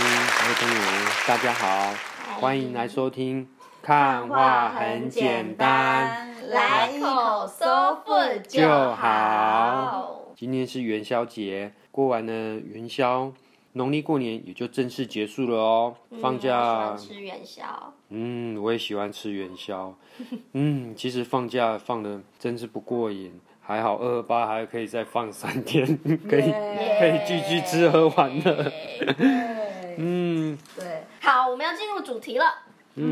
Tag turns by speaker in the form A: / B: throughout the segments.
A: 朋友，大家好，欢迎来收听《看话很简单》，
B: 来一口收腹就好。
A: 今天是元宵节，过完了元宵，农历过年也就正式结束了哦。放假
B: 嗯我喜欢，吃元宵，
A: 嗯我也喜欢吃元宵， 嗯，其实放假放的真是不过瘾。还好二二八还可以再放三天， 可以可以继续吃喝玩乐。
B: 对，
A: 嗯，
B: 对，好，我们要进入主题了。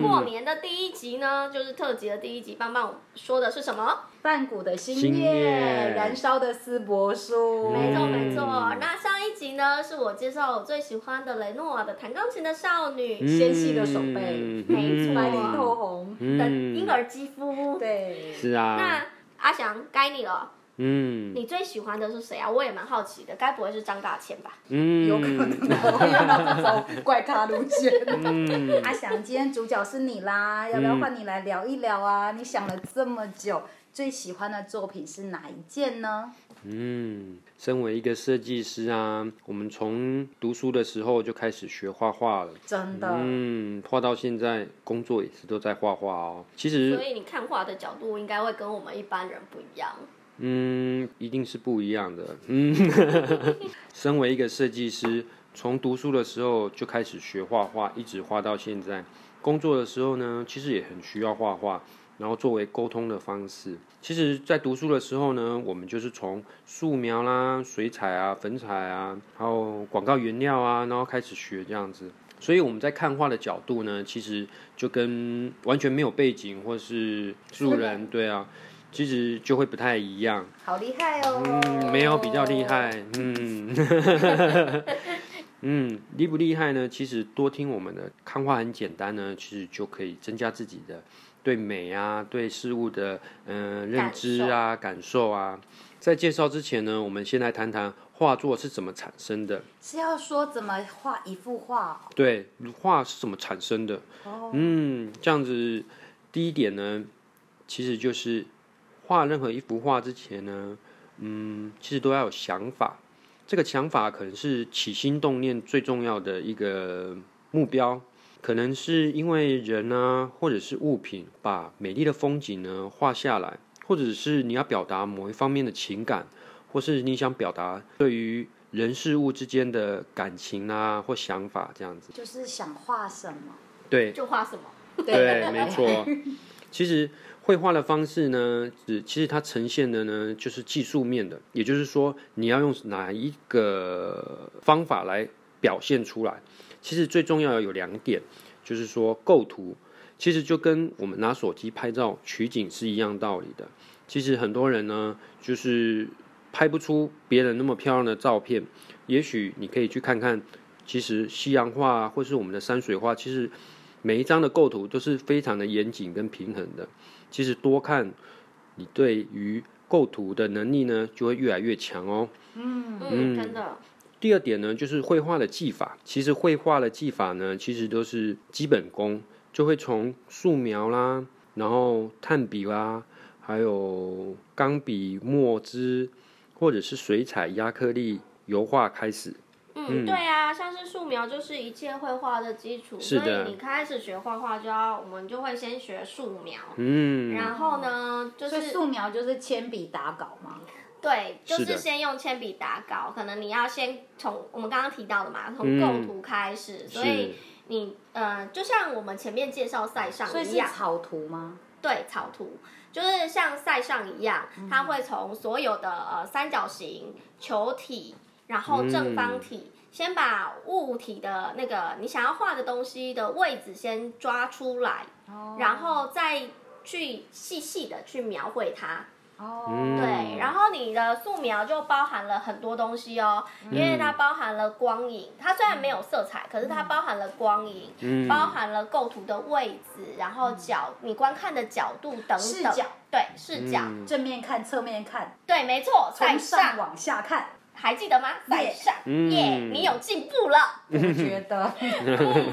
B: 过年的第一集呢，就是特辑的第一集，棒棒说的是什么？
C: 梵谷的星
A: 星夜
C: 夜，燃烧的丝柏树，
B: 没错
A: 嗯
B: 没错，那上一集呢是我介绍我最喜欢的雷诺瓦的弹钢琴的少女，
C: 纤细的手背
A: 嗯
B: 没错
C: 白里透红，
A: 嗯
B: 的婴儿肌肤。
C: 对，
A: 是啊，
B: 那阿翔该你了，
A: 嗯
B: 你最喜欢的是谁啊？我也蛮好奇的，该不会是张大千吧？
A: 嗯，
C: 有可能我会让他走怪咖路线。
B: 嗯
C: 阿翔，今天主角是你啦，要不要换你来聊一聊啊？你想了这么久，最喜欢的作品是哪一件呢？
A: 嗯，身为一个设计师啊，我们从读书的时候就开始学画画了。
C: 真的，
A: 嗯，画到现在，工作也是都在画画哦。其
B: 所
A: 实，
B: 以你看画的角度应该会跟我们一般人不一样。
A: 嗯，一定是不一样的。嗯， 身为一个设计师，从读书的时候就开始学画画，一直画到现在。工作的时候呢，其实也很需要画画，然后作为沟通的方式。其实，在读书的时候呢，我们就是从素描啦、水彩啊、粉彩啊，还有广告原料啊，然后开始学这样子。所以我们在看画的角度呢，其实就跟完全没有背景或是素人，对啊，其实就会不太一样。
C: 好厉害哦！
A: 嗯，没有比较厉害，嗯，嗯，厉不厉害呢？其实多听我们的看话很简单呢，其实就可以增加自己的对美啊、对事物的嗯、呃认知啊、感受啊。在介绍之前呢，我们先来谈谈画作是怎么产生的。
C: 是要说怎么画一幅画哦
A: 对，画是怎么产生的？嗯，这样子，第一点呢，其实就是画任何一幅画之前呢，嗯，其实都要有想法。这个想法可能是起心动念最重要的一个目标，可能是因为人啊，或者是物品，把美丽的风景呢画下来，或者是你要表达某一方面的情感，或是你想表达对于人事物之间的感情啊或想法这样子。
C: 就是想画什么？
A: 对，
B: 就画什么？
A: 对，没错。其实绘画的方式呢，只其实它呈现的呢，就是技术面的，也就是说，你要用哪一个方法来表现出来。其实最重要的有两点，就是说构图，其实就跟我们拿手机拍照取景是一样道理的。其实很多人呢，就是拍不出别人那么漂亮的照片，也许你可以去看看。其实西洋画啊或是我们的山水画，其实每一张的构图都是非常的严谨跟平衡的。其实多看，你对于构图的能力呢，就会越来越强哦。
B: 嗯，真的，
A: 第二点呢，就是绘画的技法。其实绘画的技法呢，其实都是基本功，就会从素描啦，然后炭笔啦，还有钢笔、墨汁，或者是水彩、压克力、油画开始。
B: 嗯，对啊，像是素描就是一切绘画的基础，
A: 是的
B: 所以你开始学画画就要，我们就会先学素描，
A: 嗯，
B: 然后呢，就
C: 所以
B: 是
C: 素描就是铅笔打稿嘛。
B: 对，就是是
A: 的
B: 先用铅笔打稿，可能你要先从我们刚刚提到的嘛，
A: 嗯
B: 从构图开始，所以你呃，就像我们前面介绍塞尚
C: 所以
B: 一
C: 是
B: 样，
C: 草图吗？
B: 对草图，就是像塞尚一样，它会从所有的呃三角形、球体，然后正方体，先把物体的那个你想要画的东西的位置先抓出来，然后再去细细的去描绘它。
A: 嗯
C: 哦，
B: 对，然后你的素描就包含了很多东西哦，因为它包含了光影，它虽然没有色彩，可是它包含了光影，包含了构图的位置，然后角你观看的角度等等，
C: 视角嗯
B: 对视角，
C: 正面看，侧面看，
B: 对，没错，在
C: 从上
B: 上
C: 往 下看，
B: 还记得吗？在上
A: 嗯
B: 耶，你有进步了。
C: 我觉得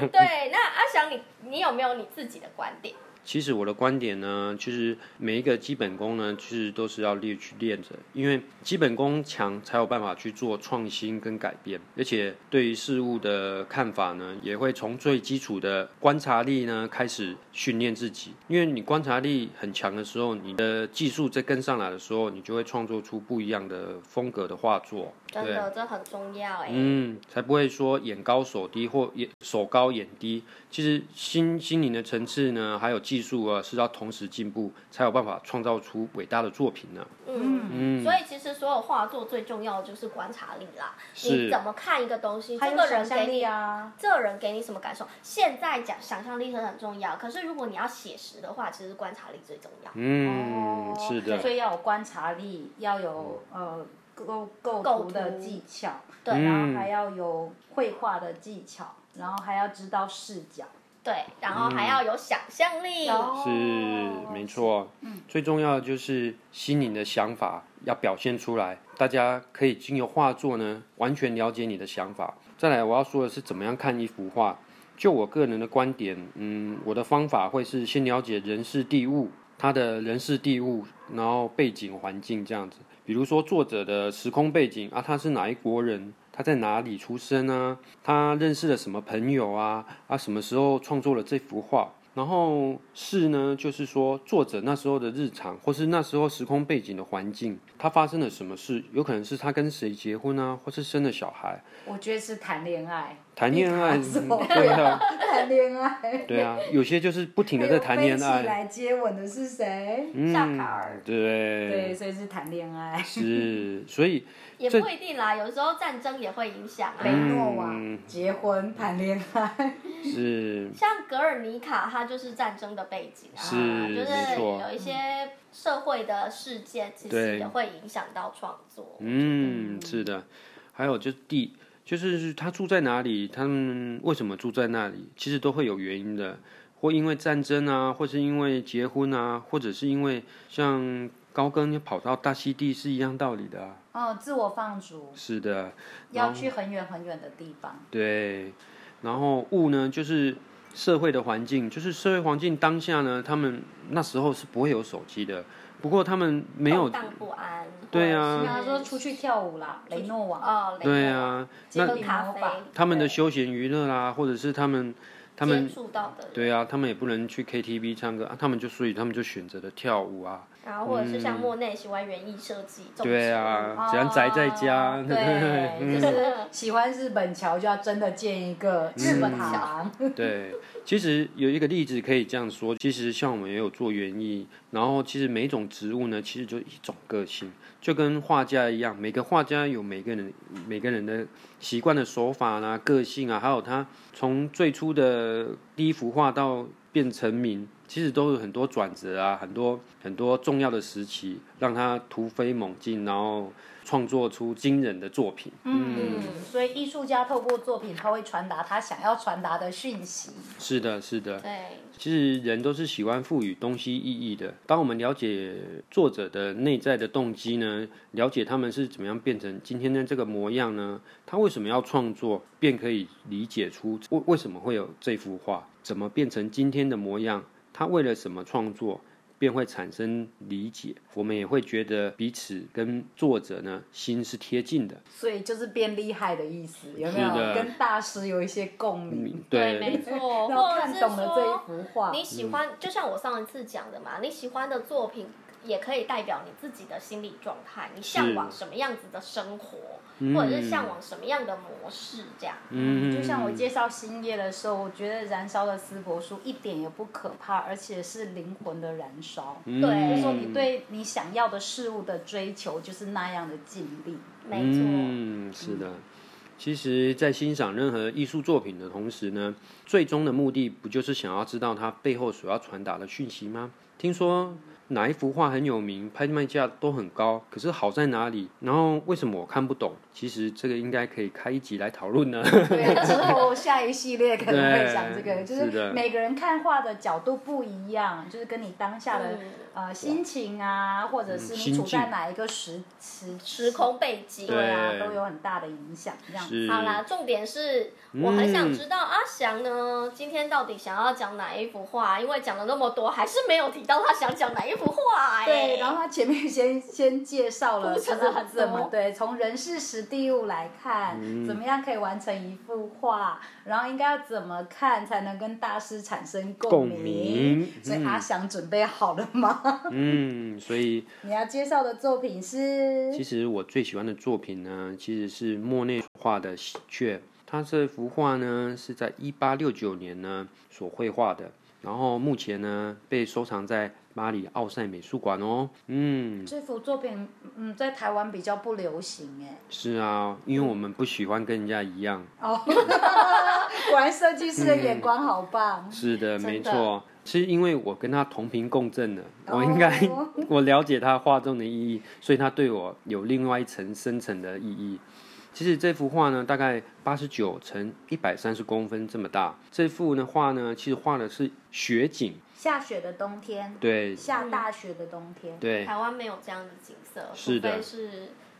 B: 对，那阿翔你你有没有你自己的观点？
A: 其实我的观点呢，就是每一个基本功呢，其实都是要练去练着，因为基本功强才有办法去做创新跟改变，而且对于事物的看法呢，也会从最基础的观察力呢开始训练自己。因为你观察力很强的时候，你的技术在跟上来的时候，你就会创作出不一样的风格的画作。
B: 真的这很重要哎、
A: 嗯，才不会说眼高手低或眼手高眼低。其实心心灵的层次呢，还有技术啊，是要同时进步，才有办法创造出伟大的作品呢、
B: 嗯，所以其实所有画作最重要的就是观察力啦。你怎么看一个东西？
C: 还
B: 这
C: 有
B: 个
C: 想
B: 人
C: 象
B: 给
C: 力
B: 你，
C: 啊，
B: 这人给你什么感受？现在讲想象力是很重要，可是如果你要写实的话，其实观察力最重要。
C: 哦
A: 嗯，是的嗯
C: 所，以要有观察力，要有呃构构
B: 构
C: 图的
B: 图
C: 技巧，
B: 对
C: 然
A: 嗯
C: 后还要有绘画的技巧，然后还要知道视角。
B: 对，然后还要有想象力。
C: 嗯
A: 是没。错。最重要的就是心灵的想法要表现出来，大家可以经由画作呢，完全了解你的想法。再来，我要说的是怎么样看一幅画。就我个人的观点，嗯，我的方法会是先了解人事地物，它的人事地物，然后背景环境这样子。比如说作者的时空背景啊，他是哪一国人，他在哪里出生啊，他认识了什么朋友啊，啊，什么时候创作了这幅画。然后是呢，就是说作者那时候的日常，或是那时候时空背景的环境，他发生了什么事？有可能是他跟谁结婚啊，或是生了小孩，
C: 我觉得是谈恋爱，
A: 谈恋爱，
C: 你谈
A: 嗯
C: 什么
A: 对啊，
C: 谈恋爱，
A: 对啊，有些就是不停的在谈 恋
C: 还有飞起
A: 爱，
C: 来接吻的是谁？
B: 夏
A: 嗯
B: 卡尔，
C: 对，
A: 对，
C: 所以是谈恋爱。
A: 是，所以
B: 也不一定啦，有时候战争也会影响啊。
C: 雷
A: 嗯
C: 诺瓦结婚谈恋爱，
A: 是
B: 像格尔尼卡，它就是战争的背景啊，
A: 是
B: 就
A: 没
B: 是
A: 错
B: 有一些社会的事件，其
A: 对
B: 实也会影响到创作。
A: 嗯，是的，还有就是地，就是他住在哪里，他们为什么住在那里，其实都会有原因的，或因为战争啊，或是因为结婚啊，或者是因为像高更跑到大溪地是一样道理的啊、
C: 哦，自我放逐，
A: 是的，
C: 要去很远很远的地方。
A: 对，然后物呢，就是社会的环境，就是社会环境当下呢，他们那时候是不会有手机的，不过他们没有
B: 动，荡不安。
A: 对啊
C: 那他说出去跳舞啦，雷诺瓦，
B: 哦，雷
A: 对
B: 诺
A: 啊，
C: 那
B: 喝咖啡，
A: 他们的休闲娱乐啦，或者是他们他们
B: 接触到的人，
A: 对啊，他们也不能去 KTV 唱歌啊，他们就所以他们就选择了跳舞啊，
B: 然后或者是像莫内喜欢园艺设计，种
A: 对
B: 植物，
A: 啊，只能宅在家，
C: 哦
A: 嗯
C: 对，就是哦喜欢日本桥就要真的建一个
A: 嗯
C: 日本堂，
A: 对，其实有一个例子可以这样说，其实像我们也有做园艺，然后其实每一种植物呢，其实就一种个性，就跟画家一样，每个画家有每个人每个人的习惯的手法啦、个性啊，还有他从最初的第一幅画到变成名，其实都有很多转折啊，很多很多重要的时期，让他突飞猛进，然后创作出惊人的作品。
C: 嗯，所以艺术家透过作品，他会传达他想要传达的讯息。
A: 是的，是的。
B: 对，
A: 其实人都是喜欢赋予东西意义的。当我们了解作者的内在的动机呢，了解他们是怎么样变成今天的这个模样呢？他为什么要创作，便可以理解出为为什么会有这幅画，怎么变成今天的模样，他为了什么创作。便会产生理解，我们也会觉得彼此跟作者呢心是贴近的，
C: 所以就是变厉害的意思，有没有
A: 是的？
C: 跟大师有一些共鸣，
B: 对，没错，
C: 然后
B: 或者
C: 看
B: 是
C: 懂了这一
B: 说
C: 幅画。
B: 你喜欢，就像我上一次讲的嘛，你喜欢的作品也可以代表你自己的心理状态，你向往什么样子的生活，或者是向往什么样的模式，这样。
A: 嗯，
C: 就像我介绍星夜的时候，我觉得燃烧的丝柏树一点也不可怕，而且是灵魂的燃烧。
A: 嗯
B: 对
C: 就是说你对你想要的事物的追求就是那样的尽 力。
B: 没错，
A: 嗯，是的。其实，在欣赏任何艺术作品的同时呢，最终的目的不就是想要知道它背后所要传达的讯息吗？听说哪一幅画很有名，拍卖价都很高，可是好在哪里？然后为什么我看不懂？其实这个应该可以开一集来讨论呢。
C: 对啊，之后下一系列可能会讲这个，
A: 对嗯
C: 就是是
A: 的
C: 每个人看画的角度不一样，就是跟你当下的
B: 嗯
C: 呃心情啊，或者是你
A: 嗯心
C: 处在
A: 境
C: 哪一个时时
B: 时空背景。
A: 对
C: 对啊，都有很大的影响。这样，
A: 是
B: 好啦，重点是我很想知道阿翔呢，今天到底想要讲哪一幅画？因为讲了那么多，还是没有提到他想讲哪一幅画、哎，
C: 对，然后他前面先先介绍了，
B: 铺
C: 就
B: 陈
C: 是
B: 了很
C: 怎么
B: 多
C: 对，从人事实地物来看，
A: 嗯
C: 怎么样可以完成一幅画，然后应该要怎么看才能跟大师产生共
A: 共
C: 鸣？
A: 鸣
C: 所以阿翔准备好了吗？
A: 嗯，所以
C: 你要介绍的作品是
A: 其实我最喜欢的作品呢，其实是莫内画的《喜鹊》。他这幅画呢，是在一八六九年呢所绘画的，然后目前呢被收藏在巴黎奥赛美术馆哦。嗯，
C: 这幅作品，嗯，在台湾比较不流行哎。
A: 是啊，因为我们不喜欢跟人家一样。
C: 哦， 果然设计师的眼光好棒。
A: 是的，
C: 真的
A: 没错，是因为我跟他同频共振了，我应该 我了解他画中的意义，所以他对我有另外一层深层的意义。其实这幅画呢，大概八十九乘一百三十公分这么大。这幅呢画呢，其实画的是雪景，
C: 下雪的冬天，
A: 对
C: 下大雪的冬天，
A: 对，
B: 台湾没有这样的景色，
A: 是的
B: 除非是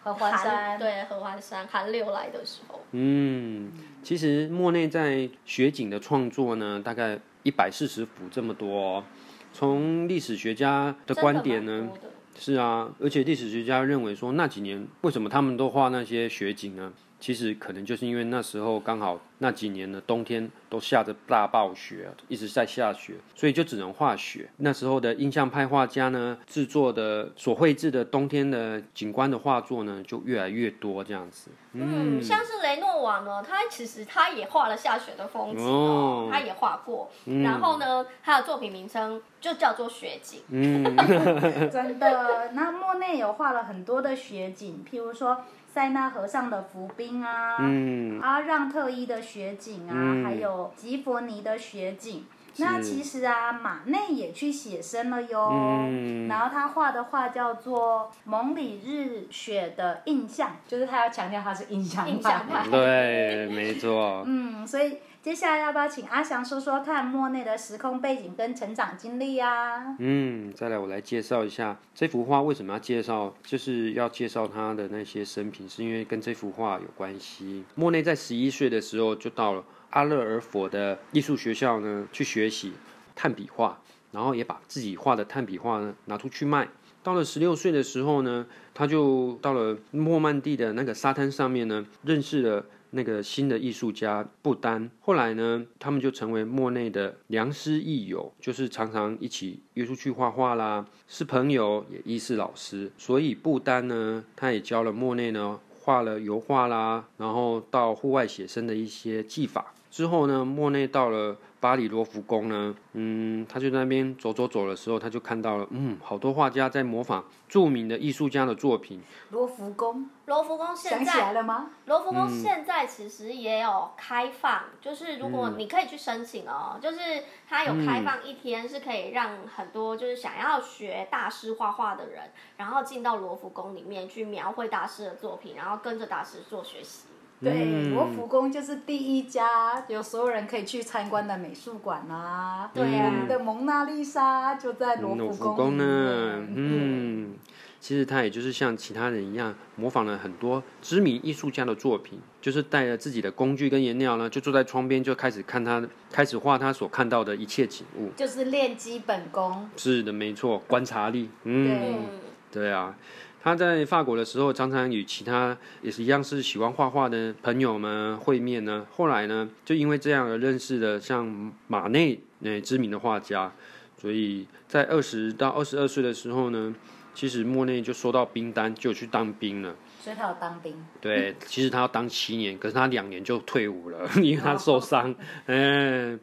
C: 合欢山
B: 寒对，合欢山寒流来的时候，
A: 嗯，其实莫内在雪景的创作呢，大概一百四十幅这么多、哦。从历史学家的观点
B: 真的
A: 呢
B: 蛮，多的
A: 是啊，而且历史学家认为说那几年为什么他们都画那些雪景呢？其实可能就是因为那时候刚好那几年的冬天都下着大暴雪，啊一直在下雪，所以就只能画雪。那时候的印象派画家呢，制作的所绘制的冬天的景观的画作呢，就越来越多这样子。
B: 嗯，像是雷诺瓦呢，他其实他也画了下雪的风景
A: 哦嗯
B: 哦，他也画过。然后呢，他的作品名称就叫做《雪景》。
C: 嗯真的。那莫内有画了很多的雪景，譬如说塞纳河上的浮冰啊，
A: 嗯，
C: 阿让特伊的雪景啊，
A: 嗯
C: 还有吉佛尼的雪景。那其实啊，马内也去写生了哟。
A: 嗯
C: 然后他画的画叫做《蒙里日雪的印象》，就是他要强调他是印象
B: 印象派
A: 对，没错。
C: 嗯，所以接下来要不要请阿翔说说看莫内的时空背景跟成长经历啊？
A: 嗯，再来我来介绍一下这幅画为什么要介绍，就是要介绍他的那些生平，是因为跟这幅画有关系。莫内在十一岁的时候就到了阿勒尔佛的艺术学校呢去学习炭笔画，然后也把自己画的炭笔画呢拿出去卖。到了十六岁的时候呢，他就到了诺曼底的那个沙滩上面呢，认识了那个新的艺术家布丹。后来呢，他们就成为莫内的良师益友，就是常常一起约出去画画啦，是朋友也亦是老师。所以布丹呢，他也教了莫内呢画了油画啦，然后到户外写生的一些技法。之后呢，莫内到了巴黎罗浮宫呢，嗯，他就在那边走走走的时候，他就看到了，嗯，好多画家在模仿著名的艺术家的作品。
C: 罗浮宫，
B: 罗浮宫现
C: 想起来
B: 在，
C: 了吗？
B: 罗浮
A: 嗯
B: 宫现在其实也有开放，就是如
A: 嗯
B: 果你可以去申请哦，就是它有开放一天，是可以让很多就是想要学大师画画的人，然后进到罗浮宫里面去描绘大师的作品，然后跟着大师做学习。
C: 对，
A: 嗯
C: 罗浮宫就是第一家有所有人可以去参观的美术馆啦、
B: 对
C: 我
B: 啊
C: 们的蒙娜丽莎就在罗
A: 嗯罗浮
C: 浮
A: 宫
C: 宫
A: 呢
C: 里，面
A: 嗯，其实他也就是像其他人一样，模仿了很多知名艺术家的作品，就是带着自己的工具跟颜料呢，就坐在窗边就开始看他，开始画他所看到的一切景物。
C: 就是练基本功。
A: 是的，没错，观察力，嗯。
C: 对，
B: 嗯，
A: 对啊，他在法国的时候，常常与其他也是一样是喜欢画画的朋友们会面呢。后来呢，就因为这样而认识了像马内那知名的画家，所以在二十到二十二岁的时候呢，其实莫内就收到兵单，就去当兵了。
C: 所以他有当兵。
A: 对，其实他要当七年，可是他两年就退伍了， 因为他受伤。嗯，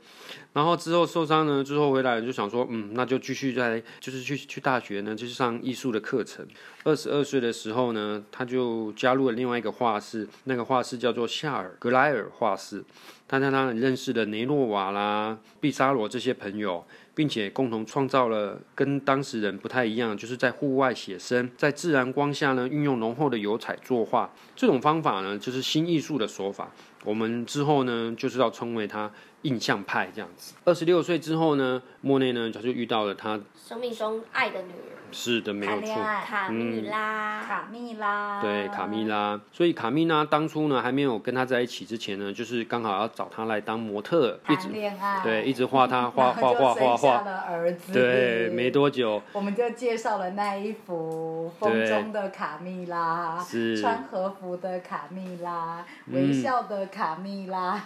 A: 然后之后受伤呢，之后回来就想说，嗯，那就继续在，就是去去大学呢，就是上艺术的课程。二十二岁的时候呢，他就加入了另外一个画室，那个画室叫做夏尔格莱尔画室。他在那里认识了雷诺瓦啦、毕沙罗这些朋友，并且共同创造了跟当时人不太一样，就是在户外写生，在自然光下呢，运用浓厚的油彩作画。这种方法呢，就是新艺术的手法。我们之后呢，就是要称为它印象派这样子。二十六岁之后呢，莫内呢，他就遇到了他
B: 生命中爱的女人
A: 是的，没有
C: 谈
A: 错
C: 恋。爱，
B: 卡蜜
A: 嗯
B: 拉。
C: 卡蜜拉，
A: 对，卡蜜拉。所以卡蜜拉当初呢，还没有跟他在一起之前呢，就是刚好要找他来当模特，一直
C: 谈恋爱，
A: 对，一直画他画
C: 然
A: 画
C: 后
A: 画
C: 就
A: 画
C: 生下
A: 画，
C: 了儿子，
A: 对，没多久
C: 我们就介绍了那一幅《风中的卡蜜拉》，
A: 是嗯
C: 穿和服的卡蜜拉，微笑的卡蜜拉，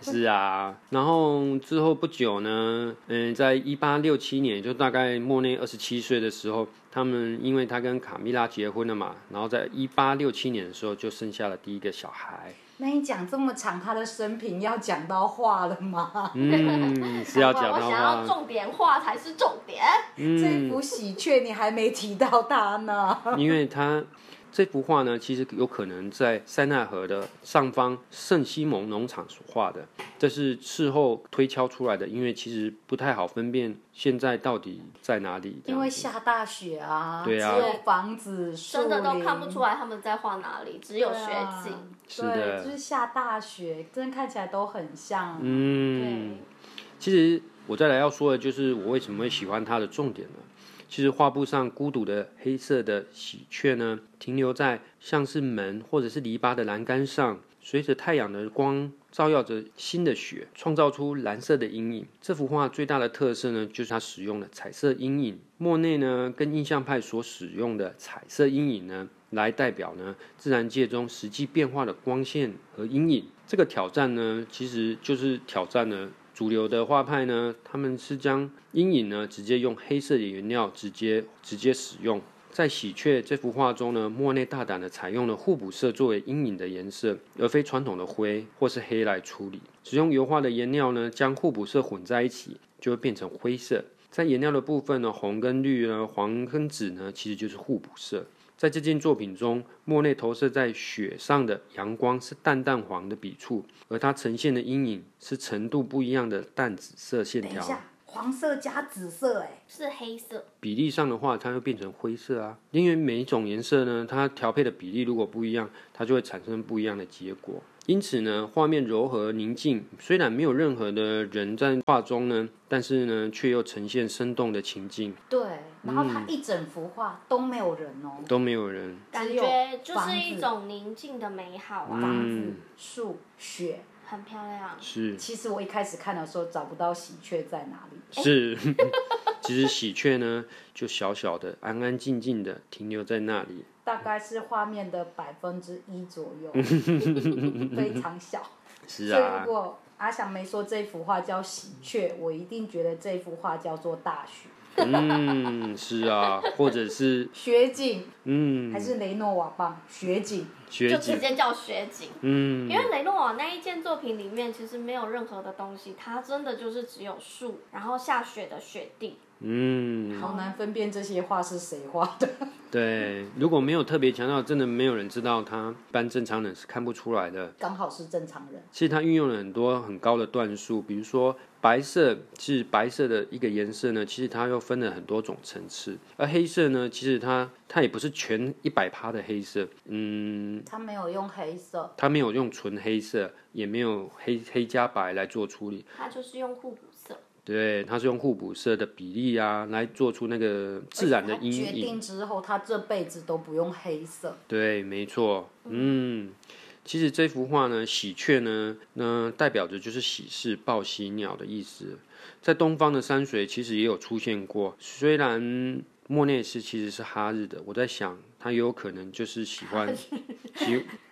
A: 是啊，然后之后不久呢，嗯，在一八六七年，就大概莫内二十七岁的时候，他们因为他跟卡蜜拉结婚了嘛，然后在一八六七年的时候就生下了第一个小孩，
C: 那你讲这么长，他的生平要讲到话了吗？
A: 嗯，是要讲
B: 我
A: 到
B: 想要
A: 话，
B: 重点画才是重 点。
A: 嗯
C: 这幅喜鹊你还没提到他呢。
A: 因为他这幅画呢，其实有可能在塞纳河的上方圣西蒙农场所画的，这是事后推敲出来的，因为其实不太好分辨现在到底在哪里，这
C: 因
A: 样
C: 为
A: 子
C: 下大雪啊，
A: 对啊
C: 只有房子、树
B: 真
C: 林，
B: 的都看不出来他们在画哪里，只有雪
C: 啊
B: 景。
A: 是的
C: 对，就是下大雪，真的看起来都很像。
A: 嗯。其实我再来要说的就是我为什么会喜欢它的重点呢？其实画布上孤独的黑色的喜鹊呢，停留在像是门或者是篱笆的栏杆上，随着太阳的光照耀着新的雪，创造出蓝色的阴影。这幅画最大的特色呢，就是它使用了彩色阴影。莫内呢，跟印象派所使用的彩色阴影呢，来代表呢自然界中实际变化的光线和阴影。这个挑战呢，其实就是挑战了主流的画派呢，他们是将阴影呢直接用黑色的原料直接直接使用。在《喜鹊》这幅画中呢，莫内大胆地采用了互补色作为阴影的颜色，而非传统的灰或是黑来处理。使用油画的颜料呢，将互补色混在一起，就会变成灰色。在颜料的部分呢，红跟绿呢，黄跟紫呢，其实就是互补色。在这件作品中，莫内投射在雪上的阳光是淡淡黄的笔触，而它呈现的阴影是程度不一样的淡紫色线
C: 等一
A: 条。
C: 下，黄色加紫色、哎，
B: 是黑色，
A: 比例上的话，它会变成灰色啊。因为每一种颜色呢，它调配的比例如果不一样，它就会产生不一样的结果。因此呢，画面柔和宁静，虽然没有任何的人在画中呢，但是呢，却又呈现生动的情境，
C: 对，然后他一整幅画都没有人哦，
A: 都没有人。
B: 感
C: 只有
B: 觉就是
C: 房
B: 一
C: 子
B: 种宁静的美好啊，
C: 房子
A: 嗯、
C: 树、雪。
B: 很漂亮。
A: 是
C: 其实我一开始看的时候找不到喜鹊在哪里，
A: 是， 其实喜鹊呢，就小小的、安安静静的停留在那里。
C: 大概是画面的百分之一左 右，非常小。
A: 是
C: 所以
A: 啊
C: 如，果阿翔没说这幅画叫喜鹊，我一定觉得这幅画叫做大雪。
A: 嗯，是啊，或者是
C: 雪景
A: 嗯，
C: 还是雷诺瓦棒雪景，
A: 学
B: 就
A: 姐
B: 直，接叫雪景，
A: 嗯，
B: 因为雷诺瓦那一件作品里面其实没有任何的东西，它真的就是只有树，然后下雪的雪地，
A: 嗯，
C: 好难分辨这些画是谁画的。
A: 对，如果没有特别强调，真的没有人知道它，一般正常人是看不出来的。
C: 刚好是正常人，
A: 其实它运用了很多很高的段数，比如说白色是白色的一个颜色呢，其实它又分了很多种层次，而黑色呢，其实它它也不是全一百趴的黑色，嗯，
C: 他没有用黑色，
A: 它没有用纯黑色，也没有黑黑加白来做处理，
B: 它就是用互补色。
A: 对，它是用互补色的比例啊来做出那个自然的阴
C: 而且他决
A: 影。
C: 定之后，他这辈子都不用黑色。
A: 对，没错，嗯，其实这幅画呢，喜鹊呢，那代表着就是喜事报喜鸟的意思，在东方的山水其实也有出现过。虽然莫内是其实是哈日的，我在想他也有可能就是喜欢喜，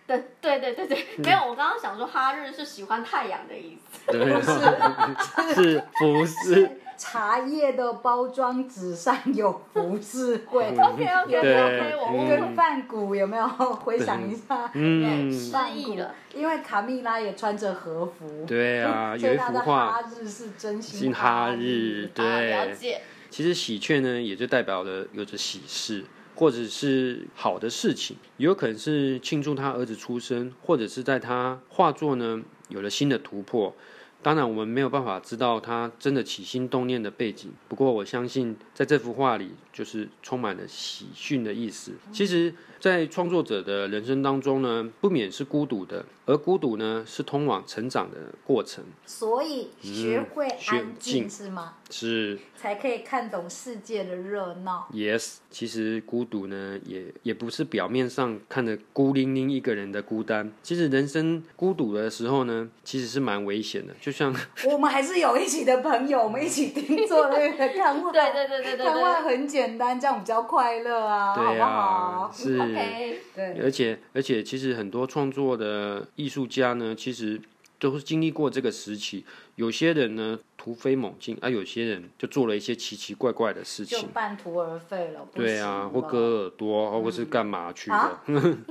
B: 对对对对对，
A: 嗯
B: 没有，我刚刚想说哈日是喜欢太阳的意思，
A: 对，啊 是不是？
C: 茶叶的包装纸上有浮世绘
B: OK，OK，OK，
C: 有没有
B: 我
A: 嗯
C: 跟梵谷有没有回想一下？
B: 对，
A: 嗯，
B: 失
C: 梵
B: 忆
C: 谷
B: 了。，啊
C: 因为卡蜜拉也穿着和服，
A: 对 啊，
C: 所
A: 有
C: 以
A: 一
C: 他
A: 幅
C: 的
A: 画
C: 哈日是真
A: 新
C: 心
A: 哈日，对，
B: 啊，了解。
A: 其实喜鹊呢，也就代表了有着喜事，或者是好的事情，也有可能是庆祝他儿子出生，或者是在他画作呢有了新的突破。当然，我们没有办法知道他真的起心动念的背景。不过，我相信在这幅画里，就是充满了喜讯的意思。其实，在创作者的人生当中呢，不免是孤独的，而孤独呢，是通往成长的过程。
C: 所以学会
A: 嗯学
C: 安静是吗？
A: 是
C: 才可以看懂世界的热闹。
A: ，yes，其实孤独呢，也也不是表面上看着孤零零一个人的孤单。其实，人生孤独的时候呢，其实是蛮危险的。就像
C: 我们还是有一起的朋友，我们一起听做那个 看画。
B: 对对对对对
C: 看画
B: 对
C: 很简单，这样比较快乐啊，好
A: 对
C: 不
A: 啊
C: 好，？
A: 是。
B: ，OK，
C: 对，
A: 而且而且，其实很多创作的艺术家呢，其实都是经历过这个时期。有些人呢突飞猛进，啊，有些人就做了一些奇奇怪怪的事
C: 就
A: 情。
C: 半途而废了。不
A: 对啊，
C: 行
A: 或
C: 了
A: 割耳朵，或是干嘛去的，
C: 啊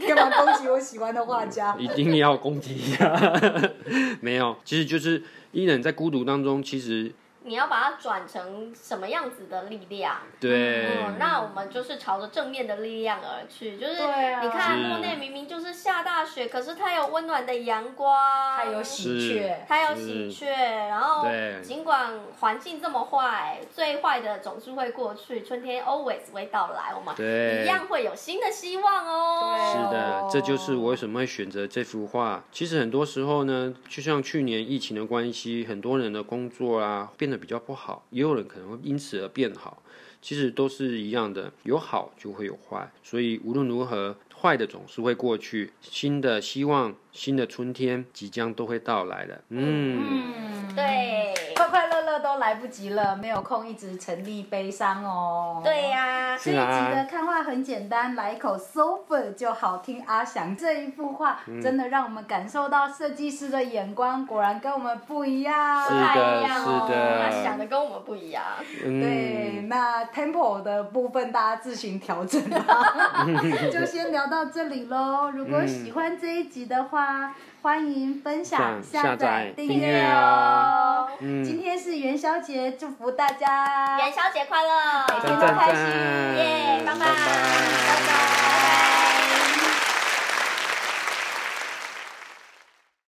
C: 干嘛恭喜我喜欢的画家？
A: 一定要攻击一下。 没有，其实就是一人在孤独当中，其实
B: 你要把它转成什么样子的力量？
A: 对、
B: 嗯，那我们就是朝着正面的力量而去。就是
C: 对啊
B: 你看
A: 是
B: 莫内明明就是下大雪，可是它有温暖的阳光，
C: 他有喜鹊，
B: 它有喜鹊，然后
A: 对
B: 尽管环境这么坏，最坏的总是会过去，春天 always 会到来，我们
A: 对
B: 一样会有新的希望
C: 对
B: 哦。
A: 是的
C: 哦，
A: 这就是我为什么会选择这幅画。其实很多时候呢，就像去年疫情的关系，很多人的工作啊变得比较不好，也有人可能会因此而变好。其实都是一样的，有好就会有坏，所以无论如何，坏的总是会过去，新的希望、新的春天即将都会到来的。嗯，
C: 嗯，
B: 对，
C: 快快乐乐都来不及了，没有空一直沉溺悲伤哦。
B: 对、呀、
C: 这一
A: 是啊
C: 集的看画很简单，来一口 sofa 就好听。阿翔这一幅画、
A: 嗯
C: 真的让我们感受到设计师的眼光，果然跟我们不一样。哎
A: 是
B: 不
A: 的
B: 太一样哦
A: 是的
B: 他想的跟我们不一样。
A: 嗯
C: 对，那 tempo 的部分大家自行调整吧， 就先聊到这里喽。如果喜欢这一集的话，欢迎分享、
A: 上
C: 下
A: 嗯下
C: 载
A: 载、
C: 订
A: 订
C: 阅
A: 阅
C: 哦
A: 哦。
C: 今天是元宵节，祝福大家
B: 元宵节快乐，
C: 每天
A: 赞
C: 都
A: 赞
C: 开
A: 赞
C: 心，
B: 耶，拜拜，
A: 拜拜
B: 拜拜。